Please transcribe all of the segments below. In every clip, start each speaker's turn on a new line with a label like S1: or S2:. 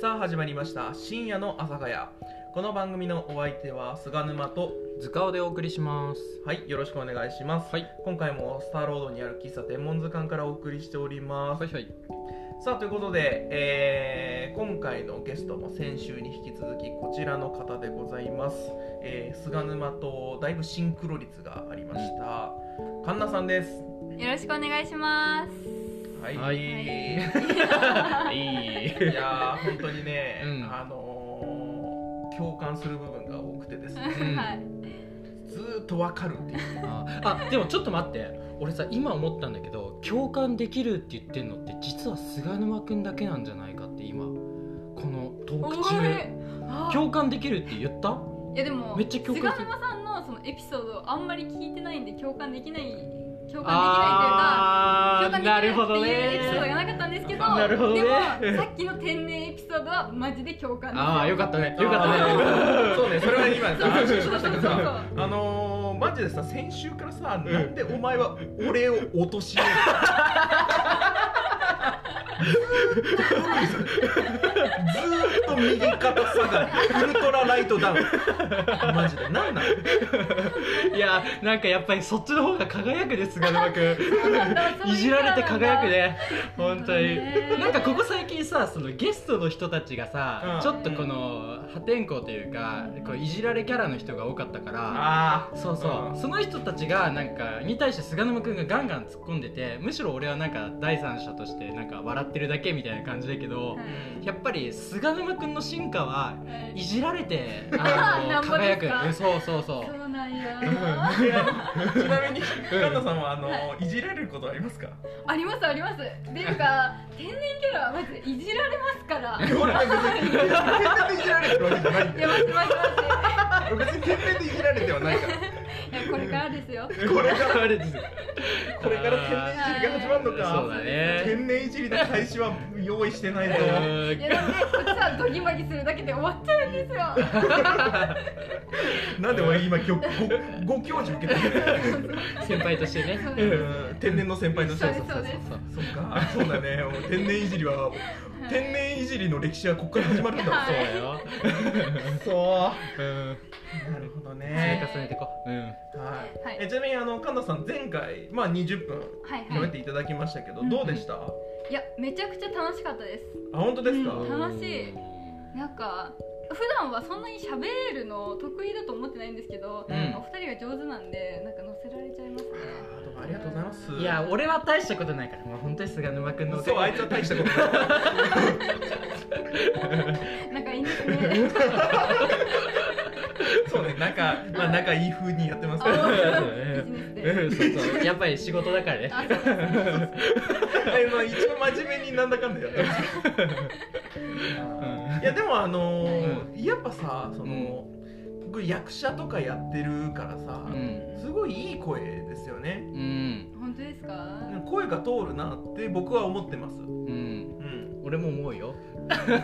S1: さあ始まりました深夜の朝ヶ谷この番組のお相手は菅沼と
S2: 図鑑でお送りします
S1: はいよろしくお願いします、
S2: はい
S1: 今回もスターロードにある喫茶店門図鑑からお送りしております、
S2: はいはい
S1: さあということで、えー今回のゲストも先週に引き続きこちらの方でございます、えー菅沼とだいぶシンクロ率がありました、神奈さんです
S3: よろしくお願いします。
S1: はい、
S2: はい
S1: い
S2: いい
S1: やー本当に ね、
S2: うん
S1: あのー共感する部分が多くてですね
S2: ん
S3: はい。
S1: ずーっとわかるっていう
S2: あでもちょっと待って俺さ今思ったんだけど共感できるって言ってんのって実は菅沼くんだけなんじゃないかって今このトーク中
S3: あ
S2: 共感できるって言った
S3: いやでも
S2: めっちゃ共感する
S3: 菅沼さんのそのエピソードあんまり聞いてないんで共感できない共感
S2: あ
S3: できないというか共
S2: ーなるほ
S3: 感できって
S2: ど
S3: いうエピソードが
S2: ね
S3: なかったんですけど、
S2: なるほどね
S3: でもさっきの天然エピソードはマジで共感です。
S2: ああよかったねよかったね
S1: ねそうねそれは今さ安心しましたけど
S3: そうそう
S1: さあのー、マジでさ先週からさ、なんでお前は俺を貶としめるずーっと右肩下がりウルトラライトダウンマジでなんなの
S2: いやなんかやっぱりそっちの方が輝くです菅沼くん
S3: そうなんだそううキャラ
S2: いじられ
S3: なんだ
S2: て輝く。ね本当に
S3: ね
S2: なんかここ最近さそのゲストの人たちがさ、
S1: うん
S2: ちょっとこの破天荒というかこういじられキャラの人が多かったから
S1: あ
S2: そうそう、
S1: うん
S2: その人たちがなんかに対して菅沼君がガンガン突っ込んでてむしろ俺はなんか第三者としてなんか笑ってるだけみたいな感じだけど、
S3: はい
S2: やっぱり菅沼君の進化は
S3: はい
S2: いじられ て
S3: あ
S2: あの
S3: なんぼで
S2: 輝
S3: す
S2: く
S3: か
S2: うんそうそうそう
S3: そうなんや。
S1: いやちなみに神田さんはあのーいじられることはありますか
S3: ありますあります。でいうか天然キャラはマジでいじられますから。
S1: いや俺は別に天然でいじられてるわけじゃないんだよ俺別に天然でいじられては
S3: いや待って待って待って。
S1: ないから
S3: いやこれからですよ。
S1: これから
S2: あれですよ
S1: これから天然いじりが始まるのか
S2: そうだね
S1: 天然いじりの開始は用意してないと
S2: うん
S3: いやなのでこっちはドギマギするだけで終わっちゃうんですよ。
S1: なんで俺今ごごご教授受けてる
S2: 先輩としてね
S3: そう
S1: う
S3: です
S1: ん天然の先輩として
S3: そうですそうです
S1: そっかそうだねもう天然いじりは天然いじりの歴史はここから始まるんだ
S3: は
S2: そう
S3: い
S2: だよ。
S1: そ
S2: うん。
S1: うなるほど
S2: 積
S1: ね
S2: み重ねてこう。うん。
S1: はい
S3: はい
S1: えちなみにあの神田さん前回まあ20分
S3: はいは
S1: 喋っ
S3: い。
S1: ていただきましたけど
S3: うん
S1: どうでしたあ
S3: いやめちゃくちゃ楽しかったです。
S1: 本当ですか
S3: うん楽しいなんか普段はそんなに喋るの得意だと思ってないんですけど、
S2: うん
S3: お二人が上手なんでなんか乗せられちゃいますね。
S1: あどうもありがとうございます
S2: いや、俺は大したことないから、もう本当に菅沼君のおか
S1: そうあいつは大したことない
S3: なんかいいですね。
S1: そうね、なんか、まあ、仲いい風にやってますけど。
S3: あ
S2: うん
S3: ビジネスで。
S2: うん、そうそう。やっぱり仕事だからね。
S3: あそうです
S1: えまあ、一応真面目になんだかんだやって ます。いや、でも、あのーやっぱさ、その。僕役者とかやってるからさ
S2: う、ん。
S1: すごいいい声ですよね。
S2: うん。
S3: 本当ですか。
S1: 声が通るなって、僕は思ってます。う
S2: うん。
S1: ん。
S2: 俺も思うよ。
S1: いや、ね、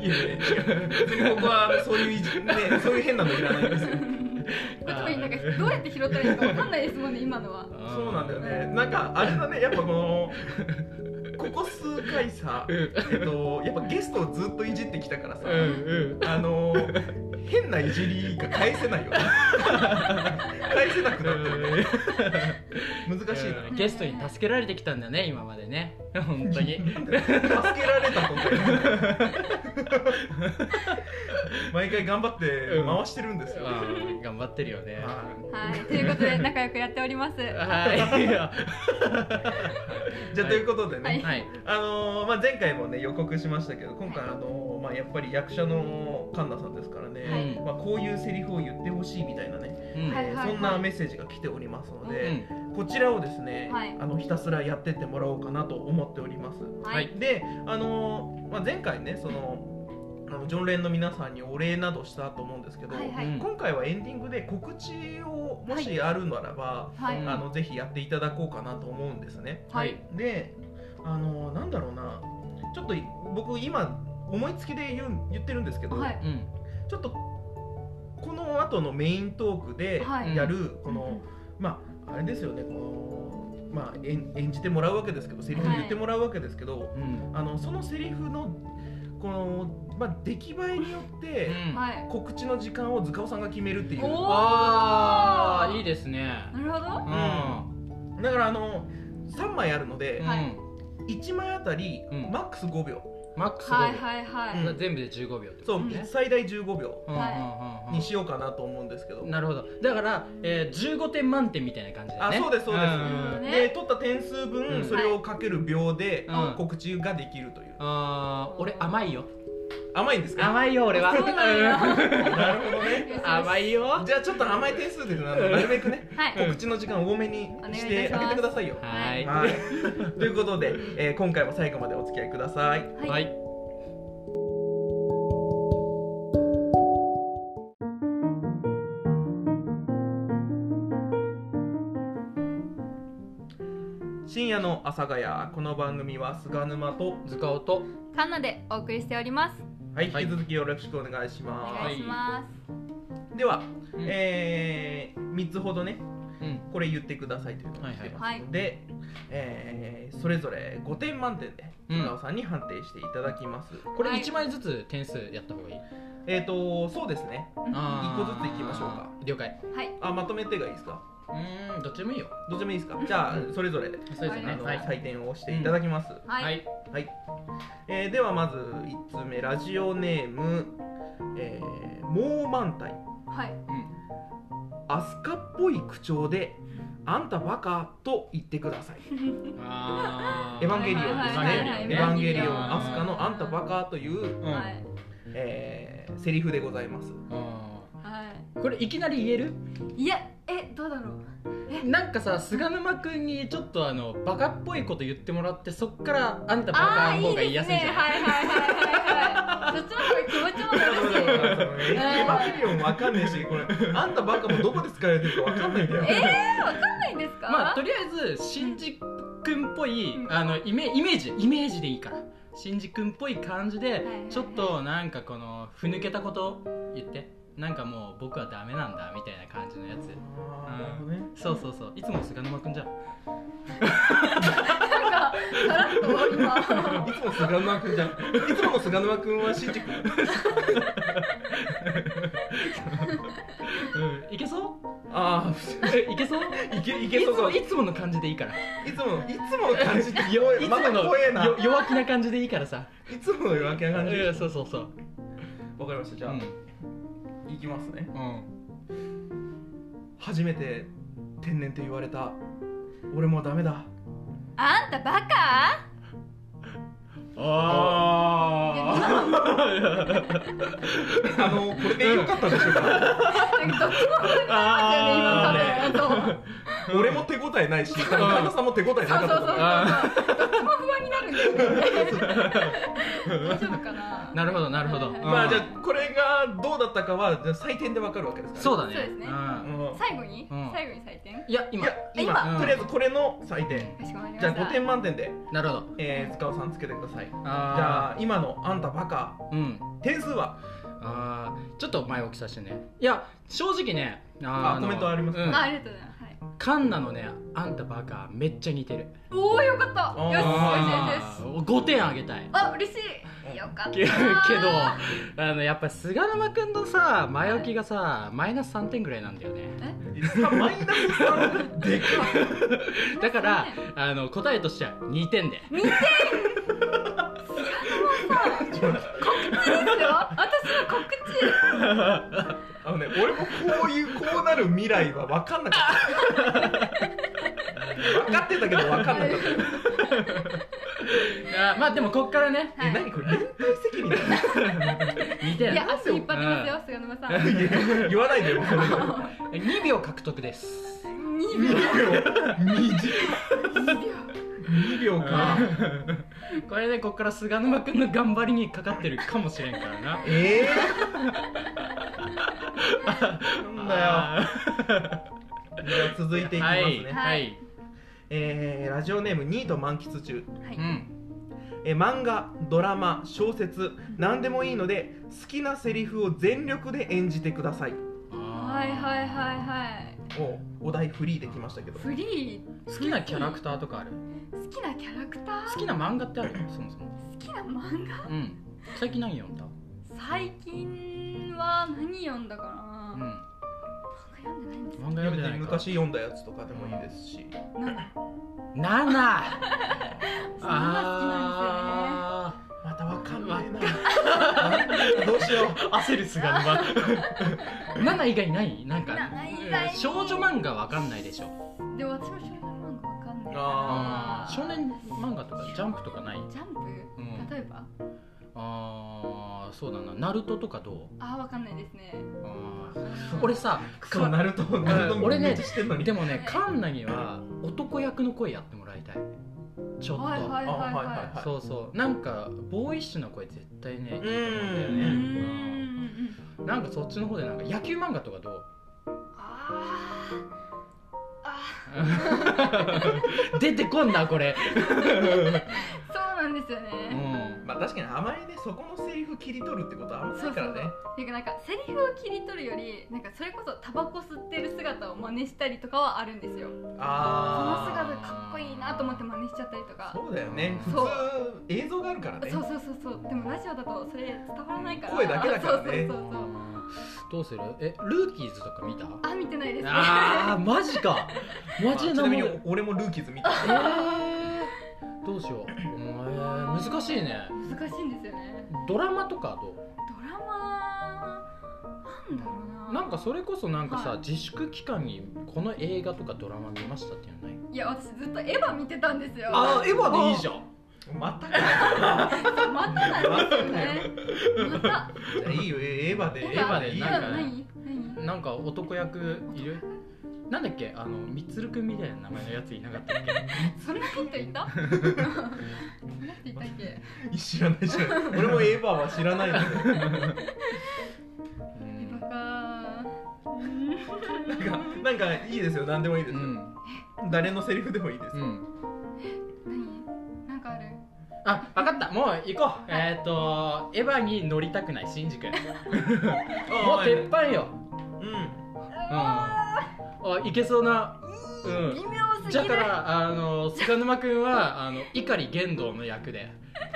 S1: 別に僕は、そういういじ、ね、そういう変なのいらないんですよ。
S3: 特になんかどうやって拾ったらいいかわかんないですもんね今のは。
S1: そうなんだよね。なんか、あれだね、やっぱ、こ の。ここ数回さ、
S2: うん。
S1: えっと、やっぱゲストをずっといじってきたからさ。
S2: うん。うん。
S1: あのー、変ないじりが返せ ないよね返せなくなってる難しいな、
S2: うんゲストに助けられてきたんだね、今までね。本当
S1: 助
S2: に。
S1: けられたと思う 毎回頑張って回してるんですよ、
S2: あー頑張ってるよね。
S1: は
S3: はいということで仲良くやっております。
S2: はい
S1: じゃあ、
S2: はい
S1: ということでね、
S3: はい
S2: い。はい。
S1: あのーまあ、前回もね予告しましたけど今回、あのーまあ、やっぱり役者の神田さんですからね、
S3: はい
S1: まあ、こういうセリフを言ってほしいみたいなね、
S2: うん
S3: はいはい
S1: そんなメッセージが来ておりますので、
S2: うん
S1: こちらをですね、
S3: はい
S1: あのひたすらやってってもらおうかなと思っております。
S2: はい
S1: で、あのーまあ、前回ねそのあの常連の皆さんにお礼などしたと思うんですけど、
S3: はいはい
S2: うん
S1: 今回はエンディングで告知をもしあるならば、
S3: はい。
S2: うん
S1: あのぜひやっていただこうかなと思うんですね。
S3: はい。
S1: で、あのーなんだろうなちょっと僕今思いつきで言う言ってるんですけど、
S3: はい
S2: うん。
S1: ちょっとこの後のメイントークで
S3: はい
S1: やるこの、まああれですよねこの、まあ、演演じてもらうわけですけどセリフ
S3: はい
S1: 言ってもらうわけですけど、
S2: うん。
S1: あのそのセリフのこの、まあ、出来栄えによって
S2: うん
S3: はい
S1: 告知の時間を塚尾さんが決めるってい
S3: お
S1: う
S2: あーいいですね
S3: なるほど
S2: うん
S1: だからあの3枚あるので
S2: うん、
S3: はい
S1: 1枚あたり
S2: うん
S1: マックス5秒、
S2: マックス
S3: はい
S2: 5秒
S3: はいは
S1: うん
S3: い
S2: 全部で15秒ってこ
S1: そう、
S2: とね
S1: 最大15秒
S2: うんうんうんうん
S1: にしようかなと思うんですけど、
S2: なるほどだから、えー、15点満点みたいな感じだ
S1: あ
S2: ね
S1: そうですそうです、
S2: ん
S3: うん
S1: で取った点数分、
S2: うん
S1: それをかける秒で
S2: うん
S1: 告知ができるという、
S2: あー俺甘いよ
S1: 甘いんですか
S2: 甘いよ俺は
S3: そう なんだ
S1: なるほどね
S3: よ し
S2: 甘いよは
S1: じゃあちょっと甘い点数でなのでなるべくね
S3: はい
S1: 告知の時間多めに
S3: お願いいたし
S1: し
S3: ます
S1: てあげてくださいよ
S2: ーい
S1: はい ということで、えー今回も最後までお付き合いください
S3: はい
S2: はい
S1: 深夜の阿佐ヶ谷この番組は菅沼と
S2: 塚尾と
S3: カンナでお送りしております
S1: はい
S2: はい
S1: 引き続きよろしくお願いし
S3: お
S1: ま
S3: 願いします
S1: すでは、
S2: うん
S1: えー、3つほどね
S2: うん
S1: これ言ってくださいというのをしてますので、えーそれぞれ5点満点で
S2: うん
S1: 村尾さんに判定していただきます、
S2: これ
S3: はい
S2: 1枚ずつ点数やった方がいい、
S1: えっ、ー、とそうですね
S2: あー
S1: 一個ずついきましょうか
S2: 了解
S3: はい
S1: あまとめてがいいですか
S2: うーんどっちでもいいよ
S1: どっちでもいいですかじゃあそれぞれ
S2: そうですよ
S1: あ
S2: ね
S1: の、
S2: はい
S1: 採点をしていただきます、
S2: は
S3: はい
S2: い
S1: はい、えーではまず1つ目ラジオネーム、えー、モーマンタイ
S3: はい
S2: うん
S1: アスカっぽい口調で「あんたバカ」と言ってください「
S2: あー
S1: エヴァンゲリオン」です
S2: はいはい
S1: ね「
S2: はい
S1: エヴァンゲリオン」
S2: はい
S1: アスカの「あんたバカ」という、
S2: うん
S3: はい
S1: えーセリフでございます
S2: あ
S3: は
S2: ーこれいきなり言える
S3: いいやえどうだろう
S2: なんかさ菅沼君にちょっとあのバカっぽいこと言ってもらってそっからあんたバカの方が言いやすいんじゃない
S3: はいはいはいはいはいそっちの方が気持
S1: エ
S3: ちも楽しい
S1: ヴァンゲリオンわかんねえしこれ「あんたバカ」もどこで使われてるかわかんないんだよ
S3: えー、わかんないんですか、
S2: まあとりあえず新次君っぽい、
S3: うん
S2: あのイメイメージイメージでいいから新次君っぽい感じで、
S3: いはいはい
S2: ちょっとなんかこのふぬけたこと言ってなんかもう僕はダメなんだみたいな感じのやつ
S1: あーなるほどね
S2: そうそうそういつも菅沼君じゃん
S3: なんかさらっと今
S1: いつも菅沼君じゃん。いつもの菅沼君は新宿。
S2: うんいけそう
S1: あ
S2: えいけそう
S1: あ、いけいけそうそう。
S2: いつ
S1: い
S2: もいつもの感じでいいから
S1: つもいつもの感じって弱
S2: い
S1: い。
S2: つ
S1: ま
S2: も
S1: だ
S2: の
S1: 怖えな。い
S2: よ弱気な感じでいいからさ
S1: つもの弱気な感じ。
S2: うんそうそうそう
S1: わかりました。じゃあ、いきますね。
S2: うん
S1: 初めて天然って言われた。俺もダメだ。
S3: あんたバカ
S2: あ
S1: あのこれで良かったでしょうか。
S3: なんかどっちも
S2: あ
S3: ね今多分
S1: 俺も手応えないし、多分神田さんも手応えな
S3: そ
S1: か
S3: うそ
S1: った
S3: うそう
S1: と
S3: そう
S1: 思う。
S2: あ
S3: そうどっちも不安になるんだよね大丈夫かな
S2: なるほどなるほど、
S3: はいはい
S1: まあじゃあこれがどうだったかはじゃあ採点でわかるわけですから。
S2: そう
S1: だ。
S2: だね
S3: そうですね
S2: ん
S3: 最後に、
S2: うん
S3: 最後に採点
S2: いや
S1: い
S2: 今
S1: や今
S3: 今
S1: とりあえずこれの採点。
S3: かしこまりまし
S1: じゃ
S3: た
S1: あ5点満点で。
S2: なるほど
S1: えー、塚尾さんつけてくださいじゃ
S2: あ
S1: あ今の「あんたバカ
S2: ーうん」
S1: 点数は
S2: あーちょっと前置きさせてねいや正直ね
S1: あコメントありますか
S2: うん
S3: あありがとうございます、はい、
S2: カンナのねあんたバカめっちゃ似てる
S3: おおよかったよしよしよしよし
S2: 5点あげたい
S3: あ嬉しいよかった
S2: けけどあのやっぱ菅沼君のさ前置きがさマイナス3点ぐらいなんだよね
S1: マイナス3でか
S2: だからあの答えとしては2点で
S3: 見ていいですよ私の告知
S1: あのね俺もこういうこうなる未来は分かんなかった分かってたけど分かんなかったえ
S2: あまあでもこっからね
S3: はい
S1: 何これ連帯責 任だ
S2: 2点
S3: いや足引っ張ってますよ菅沼さん
S1: いや言わない でよそれ
S2: 2秒獲得です
S3: 2秒
S1: 2秒2秒2秒か
S2: これでこっから菅沼君の頑張りにかかってるかもしれんからな
S1: えー、なんだよ
S2: あ
S1: では続いていき
S2: ー
S1: ますね、
S2: は
S3: はいい、
S1: えーラジオネームニート満喫中
S3: はい
S2: うん
S1: えー漫画ドラマ小説何でもいいので好きなセリフを全力で演じてください
S3: はいはいはいはい
S1: おお題フリーできましたけど
S3: フリー
S2: 好きなキャラクターとかある
S3: 好きなキャラクター
S2: 好きな漫画ってあるそもそも
S3: 好きな漫画
S2: うん最近何読んだ
S3: 最近は何読んだかな、
S2: うん
S3: 漫画読んでないんです
S2: 漫画
S1: やめ
S2: 読ん
S1: て
S2: でないか
S1: 昔読んだやつとかでもいいですし、
S2: 7
S3: そんな
S2: あ
S1: またわかんない などうしよう
S2: ー焦るすがる は7以外ないなんか
S3: 7以外
S2: うん少女漫画わかんないでしょ
S3: 好きなんですよねでも私も少年
S1: あ
S2: 少年漫
S3: 漫画わかんないから
S2: 画とかジャンプとかない
S3: ジャンプ、
S2: うん
S3: 例えば
S2: あーそうだなナルトとかどう
S3: ああわかんないですね
S2: あー
S3: うん
S2: 俺さ
S1: そうなるとなると
S2: 俺ね
S1: してんのに
S2: でもねカンナには男役の声やってもらいたいちょっと、
S3: はいはいはい
S1: あはい
S3: は
S1: はいいはい
S2: そうそうなんかボーイッシュな声絶対ねいいと思うんだよ
S1: う
S3: うーん
S2: ねうんなんかそっちの方でなんか野球漫画とかどう
S3: あーあ
S2: 出てこんなこれ、
S3: ーそうなんですよ
S2: う
S3: ね、
S2: ん、
S1: まあ確かにあまりねそこのセリフ切り取るってことはあんまないからね
S3: っていうかなんかセリフを切り取るよりなんかそれこそタバコ吸ってる姿を真似したりとかはあるんですよこの
S1: あ
S2: あ
S1: あ
S3: 姿かっこいいなと思って真似しちゃったりとか
S1: そうだよね普通
S3: そう
S1: 映像があるからね
S3: そうそうそうそうでもラジオだとそれ伝わらないから
S1: 声だけだからね
S3: そうそうそうそう
S2: どうするえルーキーズとか見た
S3: あ見てないですね
S2: あーマジかマ
S1: あ
S2: ジ
S1: ち
S2: で
S1: な
S2: 名
S1: み
S2: 前
S1: に俺もルーキーズ見た
S2: えーどうしよう、えー難しいね
S3: 難しいんですよね
S2: ドラマとかどう
S3: ドラマなんだろうな
S2: なんかそれこそなんかさ、
S3: はい
S2: 自粛期間にこの映画とかドラマ見ましたっていうのない
S3: いや私ずっとエヴァ見てたんですよ
S2: あエヴァでいいじゃん
S1: またか
S3: またなんですよね また
S1: よいやいいよエヴァで
S3: エヴァ
S1: エヴァでいい
S3: エ
S1: よ
S3: ヴ
S2: な
S3: ァ
S2: んか
S3: 何何
S2: なんか男役いるなんだっけあのみつるくんみたいな名前のやついなかったっけ
S3: そんな人い たそんな人いたっけ
S1: 知らない知らない俺もエヴァは知らないんだけど
S2: う
S3: エヴァ
S2: ん
S3: かうーん
S1: なんかいいですよ何でもいいで
S2: う
S1: すよ、
S2: ん、
S1: 誰のセリフでもいいです
S2: う
S1: よ、
S2: ん、
S3: 何なんかある
S2: あ分かったもう行こうえっ、とエヴァに乗りたくないシンジ君もう鉄板よ
S1: うん
S2: うんあいけそうなうん
S3: 微妙す
S2: じゃ
S3: ぎ
S2: か
S3: る
S2: らあの菅沼君はあの碇玄道の役で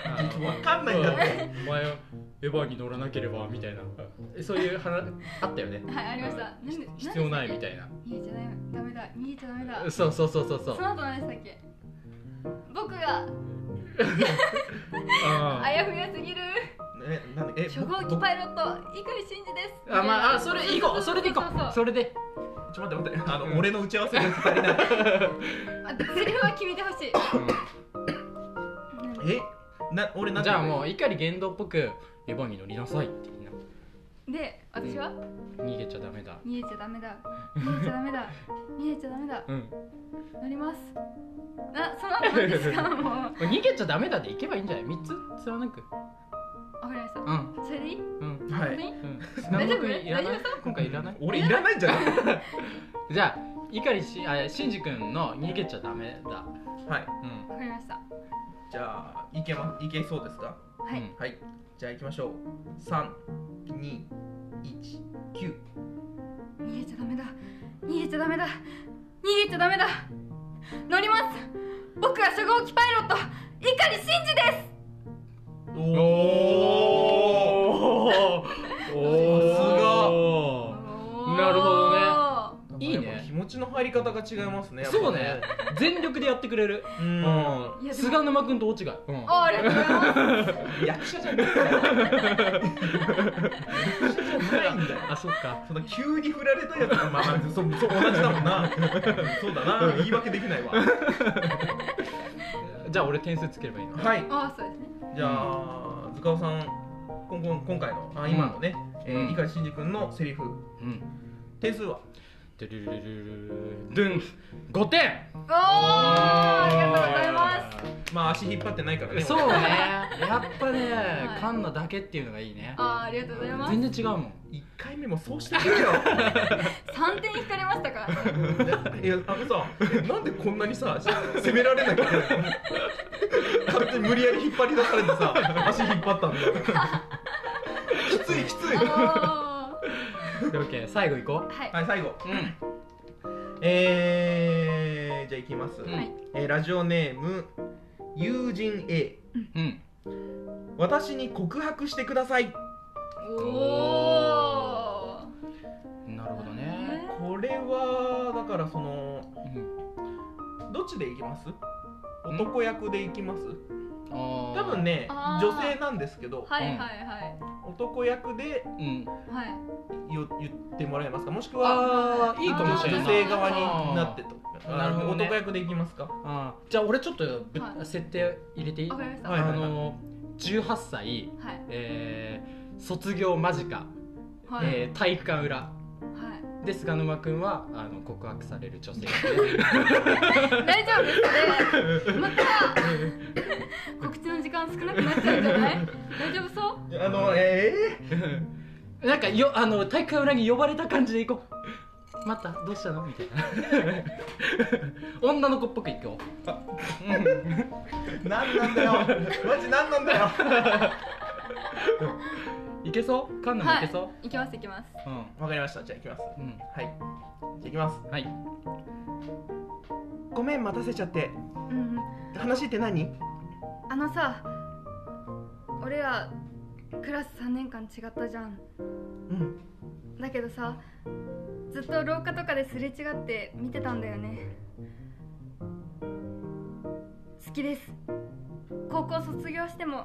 S2: あの
S1: わかんないんだって
S2: うんお前はエヴァに乗らなければみたいなそういう話あったよね
S3: はいありました
S2: うん
S3: なんで
S2: 必要ないみた
S3: い
S2: いな
S3: 逃げちゃダメだ逃げちゃダメだ
S2: そうそうそうそうそ
S3: そうの後何でしたっけ僕があ
S2: あ
S3: やふやすぎる
S1: えなんでえ
S3: 初号機パイロット碇慎二です
S2: あまああそれ行こうそれで行こう
S3: そ
S2: それで
S1: ちょっと待って待ってあの、俺の打ち合わせが足りない
S3: うセリフは決めてほしい
S1: えな俺なん
S2: じ
S1: て
S2: ゃあもう碇玄道っぽくエヴァに乗りなさいって言いな
S3: で私は
S2: 逃げちゃダメだ
S3: 逃げちゃダメだ逃げちゃダメだ逃げちゃダメだ
S2: うん
S3: 乗りますなその後何です かもうわか
S2: 逃げちゃダメだで行けばいいんじゃない三つ貫く
S3: りました
S2: うん
S3: それでいい
S2: うん
S1: は
S3: 本当
S1: い
S3: に
S2: うん
S3: 大丈夫
S2: 南国いらない
S3: 大
S2: 今回いらない
S1: 俺いらないんじゃない
S2: じゃあ碇しあしんじ君の逃げちゃダメだ
S1: はい
S2: うん
S3: わかりました
S1: じゃあいけまいけそうですか
S3: はい
S2: うん
S1: はいじゃあ行きましょう三二一九
S3: 逃げちゃダメだ逃げちゃダメだ逃げちゃダメだ乗ります僕は初号機パイロット碇慎二です
S1: お
S2: おおおなるほどねいいね
S1: やっぱ気持ちの入り方が違いますねやっぱ
S2: そうね全力でやってくれる
S1: うん
S2: う
S3: いやでも
S2: ん菅沼君と大違いうん
S3: あありがとうございます
S1: 役者じゃないんだよ役者じゃないんだよ
S2: あそっか
S1: そんな急に振られたやつのままそそう同じだもんなそうだな言い訳できないわ
S2: じゃあ俺点数つければいいの
S1: はい
S3: ああそうですね
S1: じゃあ塚尾さんこんこん今回のあ今のね、え
S2: うん
S1: ー、碇慎二君のセリフ
S2: うん
S1: 点数は
S2: ドゥルルルルルルン5点
S3: おおありがとうございます
S1: まあ足引っ張ってないからね
S2: そうねやっぱね
S3: い
S2: カンナだけっていうのがいいね
S3: ああありがとうございます
S2: 全然違うもん
S1: 1回目もそうして くれよ
S3: 三点引かれましたからね
S1: いやあのさえなんでこんなにさ責められなきゃいけないの勝手に無理やり引っ張り出されてさ足引っ張ったんだよきついきついは
S3: あ
S2: オッケー最後行こ
S3: のーはい
S1: い最後
S2: ううん
S1: えー、じゃあいきます、
S2: うん
S3: はい
S1: えーラジオネーム友人 A
S2: うん
S1: 私に告白してください
S3: おお
S2: なるほどね、
S1: これはだからその
S2: うん、
S1: どっちでいきます男役でいきます
S2: あー
S1: 多分、ね
S3: あー
S1: 女性なんですけど
S3: はいはいはい
S1: 男役で
S2: うん、
S3: はい
S1: よ言ってもらえますかもしくは
S2: あーいいかもしれない
S1: 女性側になってと
S2: なるほどね
S1: 男役でいきますか
S2: あーじゃあ俺ちょっとぶっ、
S3: はい
S2: 設定入れていい
S3: わかりました
S1: はい
S2: あの18歳、
S3: はい
S2: えー卒業間近、
S3: はい
S2: えー体育館裏
S3: はい
S2: で菅沼君はあの告白される女 性
S3: 大丈夫ですねまた告知の時間少なくなっちゃうんじゃない大丈夫そう
S1: あのえ
S2: なんかよあの体育館裏に呼ばれた感じで行こうまたどうしたのみたいな 女の子っぽく行こう、うん
S1: ー、何なんだよマジ何なんだよ
S2: いけそうカンナもいけそう、
S3: 行きます行きます
S1: わかりましたじゃあ行きます
S2: うんうん
S1: はいじゃあ行きます
S2: はい
S1: ごめん待たせちゃって
S3: うん
S1: 話って何
S3: あのさ俺らクラス3年間違ったじゃん
S1: うん
S3: だけどさずっと廊下とかですれ違って見てたんだよね好きです高校卒業しても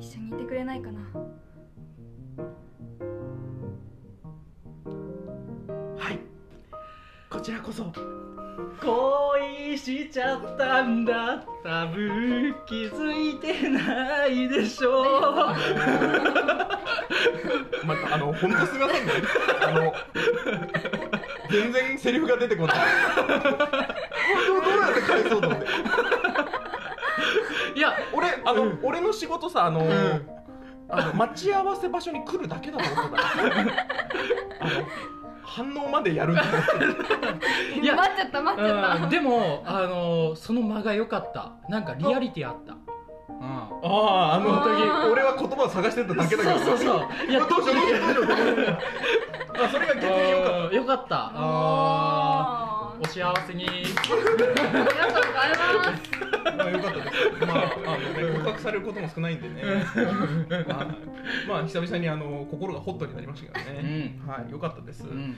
S3: 一緒にいてくれないかな
S1: はいこちらこそ
S2: 恋しちゃったんだ多分気づいてないでしょう
S1: まあ、あの本当すみませんねあの全然セリフが出てこ ないどどうやって返そうと思って
S2: いや
S1: 俺あの、
S2: うん
S1: 俺の仕事さあの、
S2: ん
S1: あの待ち合わせ場所に来るだけだと思ってたあの反応までやるんだ
S2: いや
S3: 待っちゃった待っちゃった、
S2: うんでもあのその間が良かったなんかリアリティあった
S1: あああの
S3: 本当に
S1: 俺は言葉を探してた
S2: うん
S1: だけだから
S2: そうそうそういや
S1: どうしようどうしようどうしようどうしようあそれが逆によかっ
S2: うんよかったあ
S3: あ
S2: ーお幸せに
S3: ありがとうございます
S1: た、まあ、よかったですまああの、ね、告白されることも少ないんでね、はいまあ久々にあの心がホットになりましたけど
S2: う
S1: ね、
S2: ん
S1: はいよかったです、
S2: うん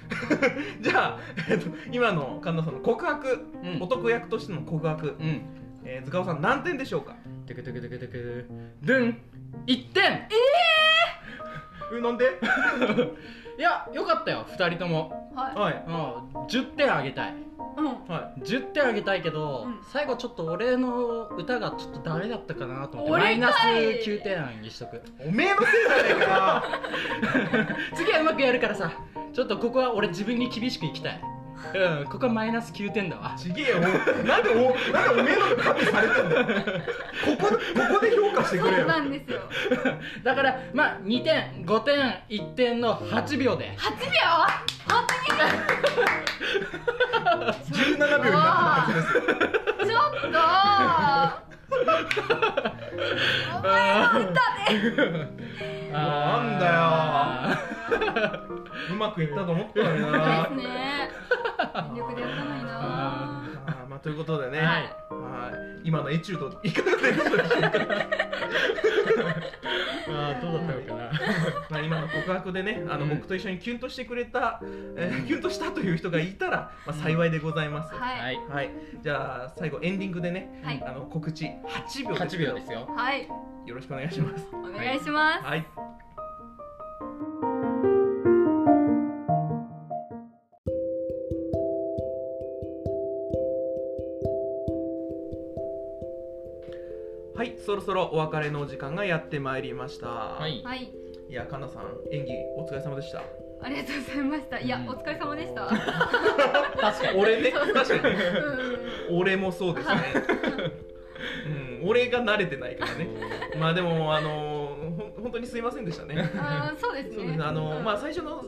S1: じゃあ、えっと、今の神田さんの告白、
S2: うん
S1: 男役としての告白、
S2: うん
S1: えー塚尾さん何点でしょうか
S2: テクテクテクテクドゥン1点
S1: う飲んで
S2: いや良かったよ2人とも
S3: は
S1: は
S3: い
S1: い
S2: うん10点あげたい
S3: うん
S1: は
S2: 10点あげたいけど、
S3: うん
S2: 最後ちょっと俺の歌がちょっとダメだったかなと思って
S3: 俺
S2: マ
S3: かい
S2: イナス9点にしとく
S1: いおめえのせいじゃねえか
S2: 次はうまくやるからさちょっとここは俺自分に厳しくいきたいうんここはマイナス9点だわ
S1: ちげえよなんでおなんでおめえのこと加味されてんだよここここで評価して
S3: そ
S1: くれ
S3: う
S1: よ
S3: なんですよ
S2: だからまあ2点5点1点の8秒で
S3: 8秒本
S1: 17秒になってるはずですよ
S3: 当にちょっとお前の歌
S2: あー
S1: うまくいったと思ったのにな
S3: ですね全力でやったのにな
S1: あーまあ、ということでね、
S2: は
S1: はいい、今のエチュードいかがでしたで しょうか
S2: あーどうだったのかな
S1: まあ、今の告白でねあの、
S2: うん
S1: 僕と一緒にキュンとしてくれた、えーキュンとしたという人がいたら、まあ、幸いでございます、は
S3: はい
S2: はい
S1: いじゃあ最後エンディングでね、
S3: はい
S1: あの告知8秒です
S2: 8
S1: けど
S2: 秒ですよ
S3: はい
S1: よろしくお願いします
S3: お願いします
S1: はいはいそろそろお別れのお時間がやってまいりました、
S2: は、い
S3: はい
S1: いやかなさん演技お疲れ様でした
S3: ありがとうございましたいや
S2: うん
S3: お疲れ様でしたうん
S2: 確かに
S1: 俺 ね確かに
S3: うん
S1: 俺もそうですね、うん、俺が慣れてない からねまあでもあのーほん本当にすいませんでしたね
S3: あーそうです
S1: そう
S3: ね
S1: ですあのー
S3: うん
S1: まあ最初の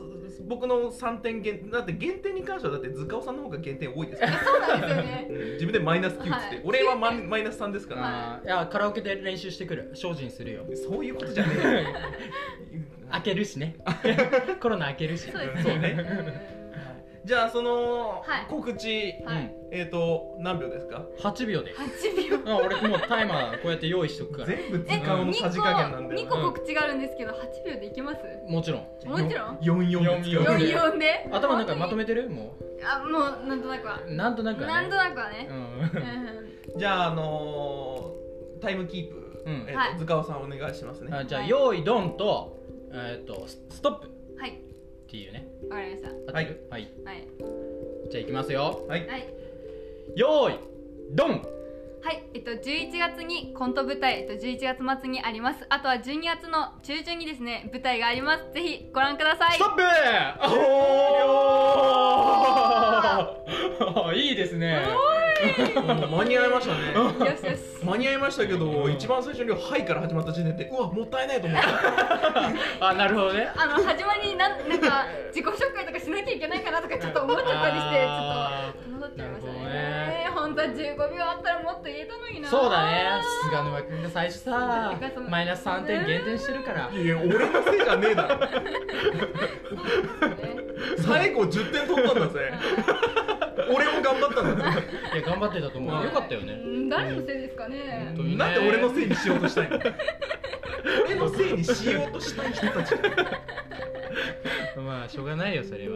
S1: 僕の3点減だって減点に関してはだって塚尾さんの方が減点多いですから
S3: そうなんですよね
S1: うん自分でマイナス9っつって、
S3: はい
S1: 俺はマイマイナス3ですから、
S2: あーいやカラオケで練習してくる精進するよ
S1: そういうことじゃね えよ
S2: 開けるしねコロナ開けるし
S3: そうです
S1: そうね
S3: ね
S1: じゃあその
S3: はい
S1: 告知、
S3: はい
S1: えっ、と何秒ですか
S2: 8秒で
S3: 8秒
S2: あ俺もうタイマーこうやって用意しとくから
S1: 全部時
S3: え
S1: 間
S2: こ
S1: のさじ加減なんだ
S3: 2
S1: よ
S3: 個2個告知があるんですけど8秒でいけます
S2: もちろん
S3: もちろ
S1: 44
S3: ん
S1: です
S2: 四
S1: よ
S2: 四で
S3: 44で
S2: 頭なんかまと
S3: め
S2: めてるも
S3: あもうなんとなくは
S2: うなんとなくはね
S3: なんとなくはね
S2: うん
S1: じゃああのータイムキープ、
S2: うん
S1: えーと
S3: はい
S1: 図鑑さんお願いしますね、
S2: あじゃあ、
S3: はい
S2: 用意ドンと,、えー、とスストップっ
S3: うんはい
S2: ていうね
S3: わかりました
S2: 合ってるはい、
S3: はい
S2: じゃあいきますよ
S1: はい
S3: はい
S2: 用意ドン
S3: はい、えっと、11月にコント舞台、えっと、11月末にありますあとは12月の中旬にですね舞台がありますぜひご覧ください
S2: ストップおーいいですね
S1: もう間に合いましたね
S3: よしよし
S1: 間に合いましたけど、
S2: うん
S1: 一番最初に「はい」から始まった時点でうわもったいないと思った
S2: あなるほどね
S3: あの始まりになんなんか自己紹介とかしなきゃいけないかなとかちょっと思っちゃったりしてちょっ
S2: あー
S3: と戻っちゃいましたね
S2: なる
S3: ね本当は15秒あったらもっと言えたのにな
S2: そうだね 菅沼君が最初さ
S3: てかその
S2: マイナス3点減点してるから
S1: いや俺のせいじゃねえだろ
S3: そうですね
S1: 最後10点取ったんだ ぜ俺も頑張ったんだぜ
S2: いや頑張ってたと思うよかったよ
S3: う
S2: ね
S3: ん誰のせいですかね
S2: 本当にね
S1: なんで俺のせいにしようとしたいの俺のせいにしようとしたい人たち
S2: まあしょうがないよそれは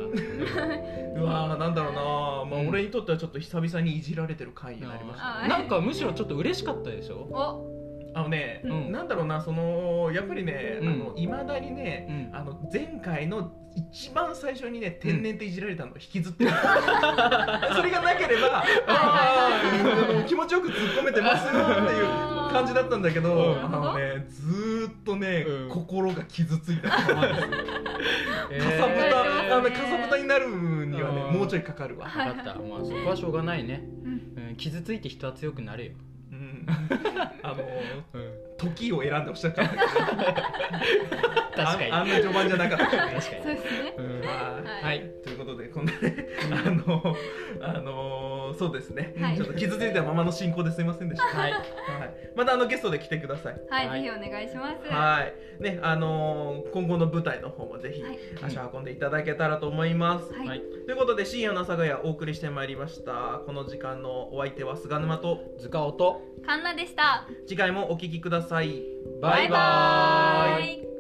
S1: うわーなんだろうなー、まあ、俺にとってはちょっと久々にいじられてる回になりました
S3: あ
S1: ね
S3: ー
S2: なんかむしろちょっと嬉しかったでし ょ
S3: お
S1: あのね、
S2: うん
S1: なんだろうなそのやっぱりね
S2: うん
S1: いま、未だにね
S2: うん
S1: あの前回の一番最初にね天然っていじられたのを引きずってる、 それがなければあーもう気持ちよく突っ込めてますよっていう感じだったんだけど、
S2: うん
S1: あのねずーっとね、
S2: うん
S1: 心が傷ついたままですか
S2: え
S1: さぶ
S2: ー
S1: たあのかさぶたになるにはね
S2: うん
S1: もうちょいかかるわ、
S2: 分かったまあそこはしょうがないね
S3: ん
S2: うん傷ついて人は強くなるよ
S1: うん、あの
S2: うん
S1: 時を選んでほしかったんだけど
S2: 確かに
S1: あんあんな序盤じゃなかった からね
S2: 確か
S3: そうですね
S2: にうん
S1: まあ
S3: はい
S2: はい
S1: ということで、こんなね、あの、あのそうですね、
S3: はい
S1: ちょっと傷ついたままの進行ですいませんでした。
S2: はい
S1: はい、またあのゲストで来てください。
S3: はい、
S2: はい
S3: ぜひお願いします
S1: はい、ね、あの今後の舞台の方もぜひ
S3: はい
S1: 足を運んでいただけたらと思います。
S3: はい、
S2: はい
S1: ということで、深夜の阿佐ヶ谷お送りしてまいりました。この時間のお相手は菅沼と、
S2: 塚尾と
S3: カンナでした
S1: 次回もお聞きください。
S2: バイバーイ
S3: イ